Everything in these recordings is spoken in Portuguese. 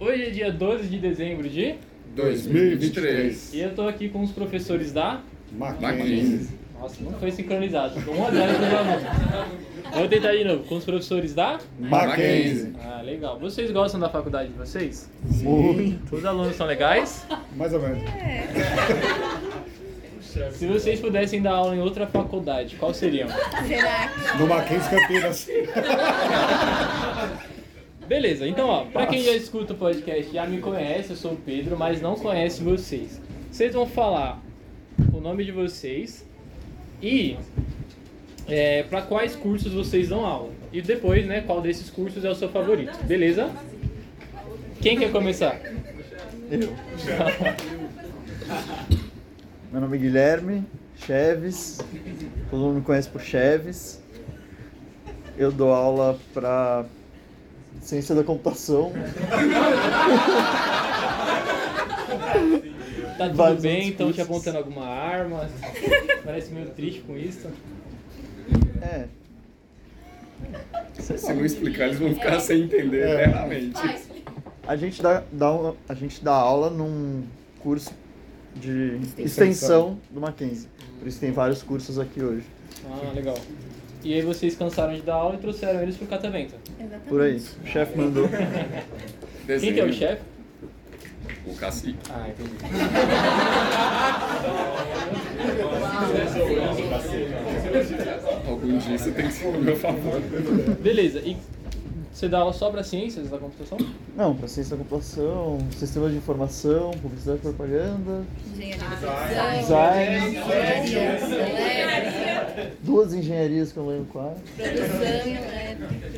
Hoje é dia 12 de dezembro de... 2023. E eu tô aqui com os professores da... Mackenzie. Nossa, não foi sincronizado. Tô um a zero pro meu aluno. Vou tentar de novo. Com os professores da... Mackenzie. Ah, legal. Vocês gostam da faculdade de vocês? Muito. Os alunos são legais? Mais ou menos. Se vocês pudessem dar aula em outra faculdade, qual seriam? Será que No Mackenzie Campinas. Beleza, então ó, pra quem já escuta o podcast já me conhece, eu sou o Pedro, mas não conhece vocês. Vocês vão falar o nome de vocês e é, para quais cursos vocês dão aula. E depois, né, qual desses cursos é o seu favorito, beleza? Quem quer começar? Meu nome é Guilherme Cheves, todo mundo me conhece por Cheves. Eu dou aula para ciência da computação. Tá tudo Vários bem? outros Estão te cursos. apontando alguma arma? Parece meio triste com isso. É, Se não explicar, eles vão ficar sem entender É. eternamente. a gente dá, dá aula- a gente dá aula num curso de extensão, do Mackenzie. Por isso tem vários cursos aqui hoje, Ah, legal. E aí vocês cansaram de dar aula e trouxeram eles pro catamento. Exatamente. por aí. O chefe mandou. Quem que é o chefe? O cacique. Ah, entendi. Algum dia isso tem que ser o meu favor. Beleza, e você dá aula só para ciências da computação? Não, para ciência da computação, sistemas de informação, publicidade e propaganda, Engenharia da produção, design, produção elétrica, duas engenharias que eu lembro quais, produção elétrica.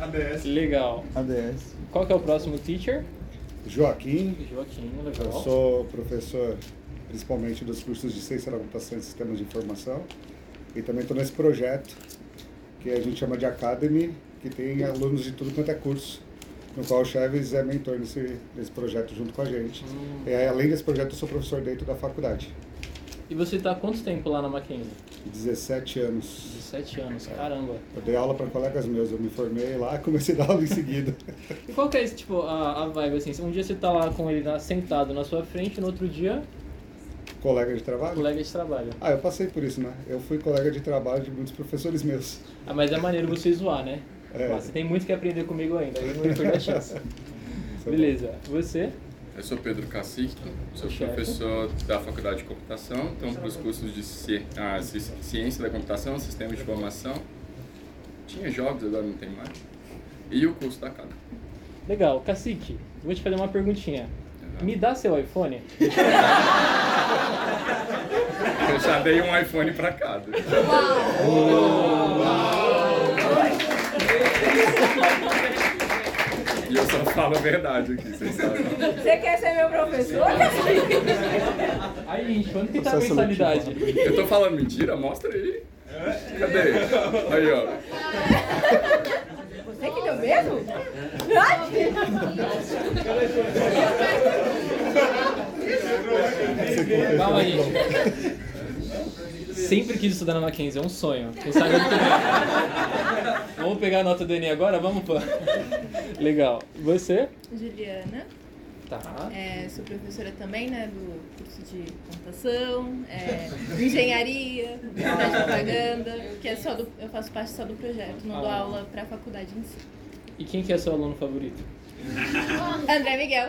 É Legal. ADS. Qual que é o próximo teacher? Joaquim. Joaquim, Eu legal. sou professor principalmente dos cursos de Ciência da Computação e Sistemas de Informação. E também estou nesse projeto que a gente chama de Academy, que tem alunos de tudo quanto é curso, no qual o Chaves é mentor nesse, nesse projeto junto com a gente. É, além desse projeto, eu sou professor dentro da faculdade. E você tá há quanto tempo lá na Mackenzie? 17 anos. 17 anos, caramba. Eu dei aula para colegas meus, eu me formei lá e comecei a dar aula em seguida. E qual que é esse, tipo, a, a vibe assim? Um dia você tá lá com ele na- sentado na sua frente, no outro dia, Colega de trabalho? colega de trabalho. Ah, eu passei por isso, né? Eu fui colega de trabalho de muitos professores meus. Ah, mas é maneiro você zoar, né? É. Ah, Você tem muito que aprender comigo ainda, aí eu não ia perder a chance. é Beleza, você? Eu sou Pedro Cacique, sou Chefe. professor da Faculdade de Computação, então para os cursos de ci- ah, ci- Ciência da Computação, Sistema de Informação. Tinha jogos, agora não tem mais. E o curso tá da Academy. Legal, Cacique, vou te fazer uma perguntinha. Me dá seu iPhone? Eu já dei um iPhone para cada. E eu só falo a verdade aqui, vocês sabem. Você quer ser meu professor? Aí, gente, quanto que tá a Processo seletivo. mensalidade? Eu tô falando mentira? Mostra aí. Cadê? Aí, ó. Você que deu mesmo? Calma, gente. Sempre quis estudar na Mackenzie, é um sonho. Quem sabe eu não tenho. Vamos pegar a nota do Enem agora? Vamos, pô. Legal. Você? Juliana, Tá. é, sou professora também, né, do curso de computação, é, de engenharia, faculdade de propaganda, que é só do, eu faço parte só do projeto, não dou Ah. aula pra faculdade em si. E quem que é seu aluno favorito? André Miguel,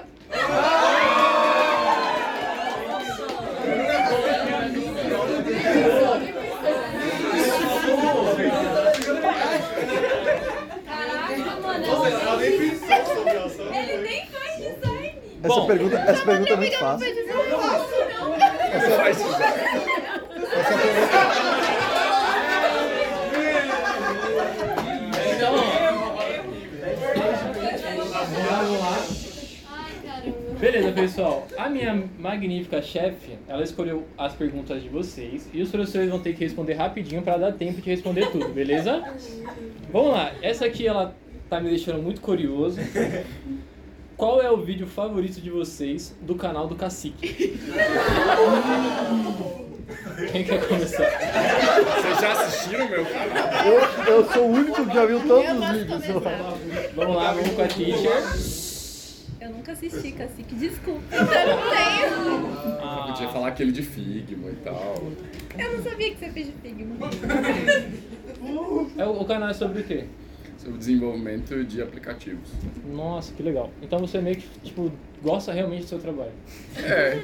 Ele nem faz design. Essa Bom. pergunta, essa pergunta é André muito Miguel não fácil. fez isso, não posso, não. Faz isso. Então, vamos lá. Beleza, pessoal. A minha magnífica chefe, ela escolheu as perguntas de vocês e os professores vão ter que responder rapidinho para dar tempo de responder tudo, beleza? Vamos lá. Essa aqui ela tá me deixando muito curioso. Qual é o vídeo favorito de vocês do canal do Cacique? Quem quer começar? Vocês já assistiram meu canal? Eu, eu sou o único que já viu todos eu os posso vídeos. assim. começar. Vamos lá, vamos com a teacher. Eu nunca assisti, Cacique, desculpa. Eu não tenho. Ah, Podia falar aquele de Figma e tal. Eu não sabia que você fez de Figma. é, o o canal é sobre o quê? Sobre desenvolvimento de aplicativos. Nossa, que legal. Então você meio que, tipo, gosta realmente do seu trabalho. É.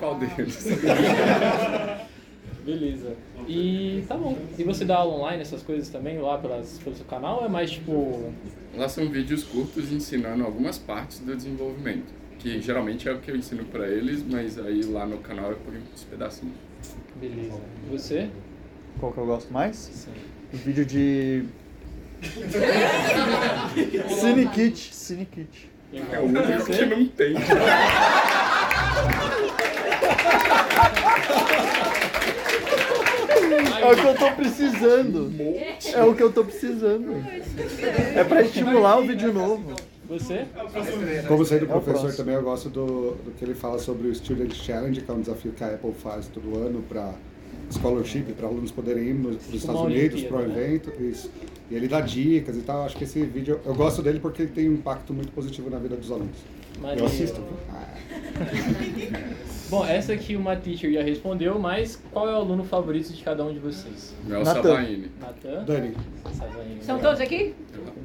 Qual deles? Beleza. E tá bom. E você dá aula online, essas coisas também, lá pelas, pelo seu canal? Ou é mais, tipo... Lá são vídeos curtos ensinando algumas partes do desenvolvimento. Que geralmente é o que eu ensino pra eles, mas aí lá no canal eu ponho uns pedacinhos. Beleza. E você? Qual que eu gosto mais? O vídeo de. Cine Kit. Cine Kit. É o único que não tem. É o que eu tô precisando. É o que eu tô precisando. É pra estimular o vídeo novo. Você? Como sendo É o professor próximo. também, eu gosto do, do que ele fala sobre o Student Challenge, que é um desafio que a Apple faz todo ano para scholarship, para alunos poderem ir nos, pros Estados Unidos para um Olimpíada, né? evento. Isso. E ele dá dicas e tal. Acho que esse vídeo, eu gosto dele porque ele tem um impacto muito positivo na vida dos alunos. Maria. Eu assisto. Ah, Bom, essa aqui uma teacher já respondeu, mas qual é o aluno favorito de cada um de vocês? Mel Natan. Sabaini. Natan? Ah, Dani, Savainha. São todos aqui?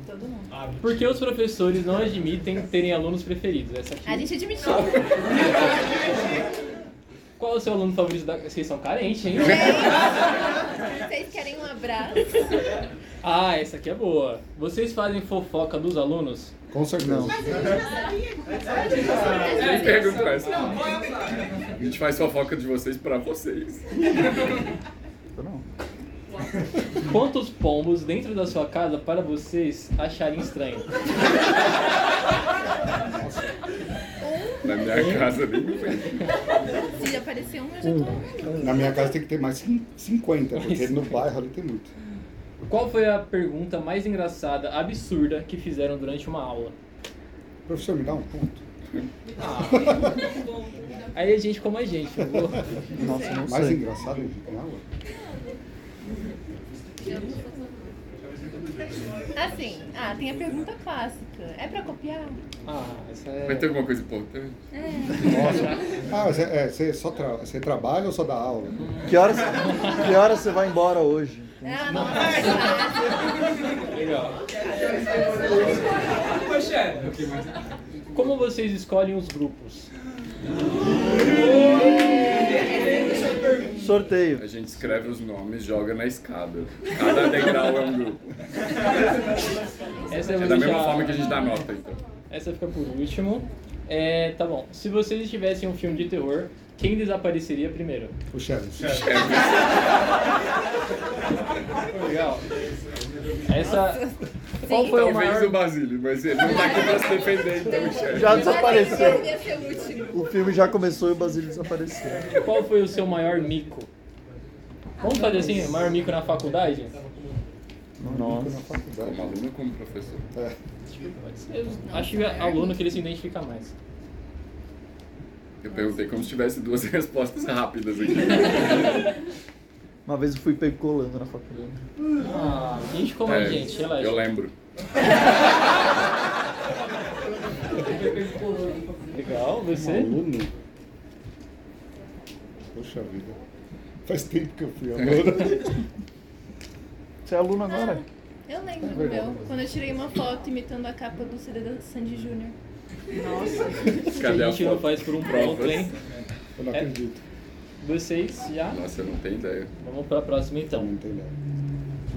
Todo mundo. Por que os professores não admitem terem alunos preferidos? Essa aqui. A gente admitiu. Qual é o seu aluno favorito da... Vocês são carentes, hein? Vocês querem um abraço? ah, essa aqui é boa. Vocês fazem fofoca dos alunos? com certeza. Não. Não pergunta essa. A gente faz fofoca de vocês pra vocês. Eu não. Quantos pombos dentro da sua casa para vocês acharem estranho? Na minha casa nem tem. Se aparecer um, eu já tô. Na minha casa tem que ter mais cin- 50, porque no bairro ali tem muito. Qual foi a pergunta mais engraçada, absurda, que fizeram durante uma aula? Professor, me dá um ponto. Aí a gente como a gente, eu vou- Nossa, eu não Mais sei. engraçado em aula? Assim, ah, tem a pergunta clássica. É pra copiar? Ah, essa Vai é... ter alguma coisa importante? Ah, você, é, você só tra- você trabalha ou só dá aula? Que horas, que horas você vai embora hoje? Ah, nossa. Legal. Como vocês escolhem os grupos? Sorteio. A gente escreve os nomes, joga na escada. Cada degrau é um grupo. Essa É eu da vou mesma deixar- forma que a gente dá nota, então. Essa fica por último. É, tá bom. Se vocês tivessem um filme de terror, quem desapareceria primeiro? O Chaves. Legal. Essa. Qual Sim. foi o Talvez o maior? Basílio, mas ele não tá aqui pra se defender, então, chefe. Já Eu desapareceu. ia ser o último. O filme já começou e o Basílio desapareceu. Qual foi o seu maior mico? Vamos fazer assim, maior mico na faculdade? Nossa. Como um aluno, como professor. Eu acho que é aluno que ele se identifica mais. Eu perguntei como se tivesse duas respostas rápidas aqui. Uma vez eu fui pego colando na faculdade. Ah, a gente como a É, gente, relaxa. eu lembro. Legal, você? Um Aluno? Poxa vida. Faz tempo que eu fui aluno. Você é aluno agora? Eu lembro do meu, quando eu tirei uma foto imitando a capa do CD da Sandy Júnior. Que Cadê a a gente não foto? faz por um Provas. ponto, hein? Eu não É. acredito. Vocês já? Nossa, eu não tenho ideia. Vamos pra próxima então. Não tem nada.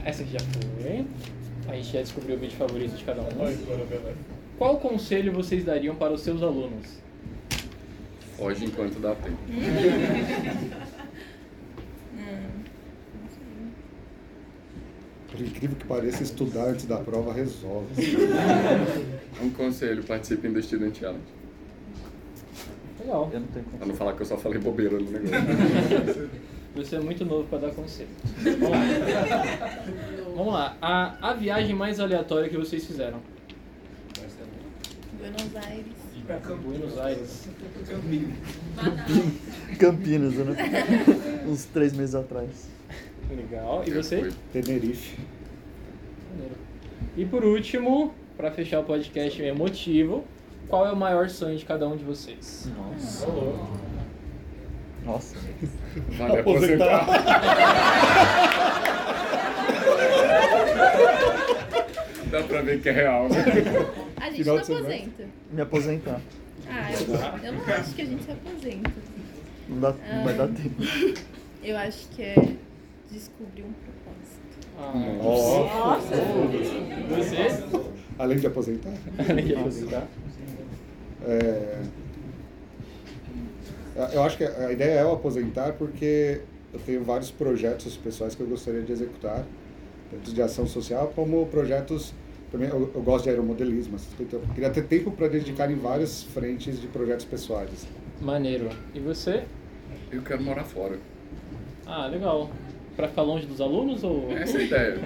Essa aqui já foi. A gente já descobriu o vídeo favorito de cada um. Qual conselho vocês dariam para os seus alunos? Hoje, enquanto dá tempo. Por incrível que pareça, estudar antes da prova resolve. Um conselho, participem do Student Challenge. Legal. Eu não tenho como. Pra não falar que eu só falei bobeira no negócio. Você é muito novo para dar conselho. Vamos lá. Vamos lá. A, a viagem mais aleatória que vocês fizeram. Buenos Aires. Pra Buenos Aires. Campinas, né? Uns três meses atrás. Legal. E Eu você? fui. Tenerife. Maneiro. E por último, pra fechar o podcast emotivo, qual é o maior sonho de cada um de vocês? Nossa. Nossa. Vale tá- aposentar. Dá pra ver que é real. né? A gente Final não de semana. aposenta. Me aposentar. Ah, eu, eu não acho que a gente se aposenta. Não, dá, não vai dar tempo. Eu acho que é descobrir um propósito. Ah, Ó, Nossa. você? Além de aposentar, Quer aposentar? é, eu acho que a ideia é eu aposentar porque eu tenho vários projetos pessoais que eu gostaria de executar, tanto de ação social como projetos. Também eu, eu gosto de aeromodelismo, essas coisas, então eu queria ter tempo para dedicar em várias frentes de projetos pessoais. assim. Maneiro. E você? Eu quero morar fora. Ah, legal. Pra ficar longe dos alunos ou. Essa é a ideia.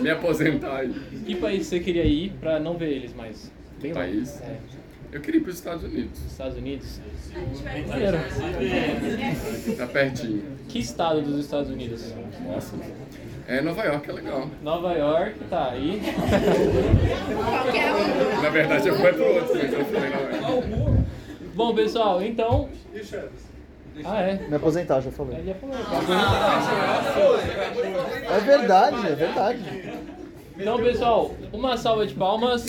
Me aposentar aí. Que país você queria ir pra não ver eles mais? Bem longe. País? É, Eu queria ir para os Estados Unidos. Estados Unidos? Maneiro. Tá pertinho. Que estado dos Estados Unidos? Nossa. É, Nova York é legal. Nova York, tá aí. Qualquer um. Na verdade, eu fui pro outro, mas eu falei Nova York. Bom, pessoal, então. Ah, é. Me aposentar, já falei. Ele ia falar. É verdade, é verdade. Então, pessoal, uma salva de palmas.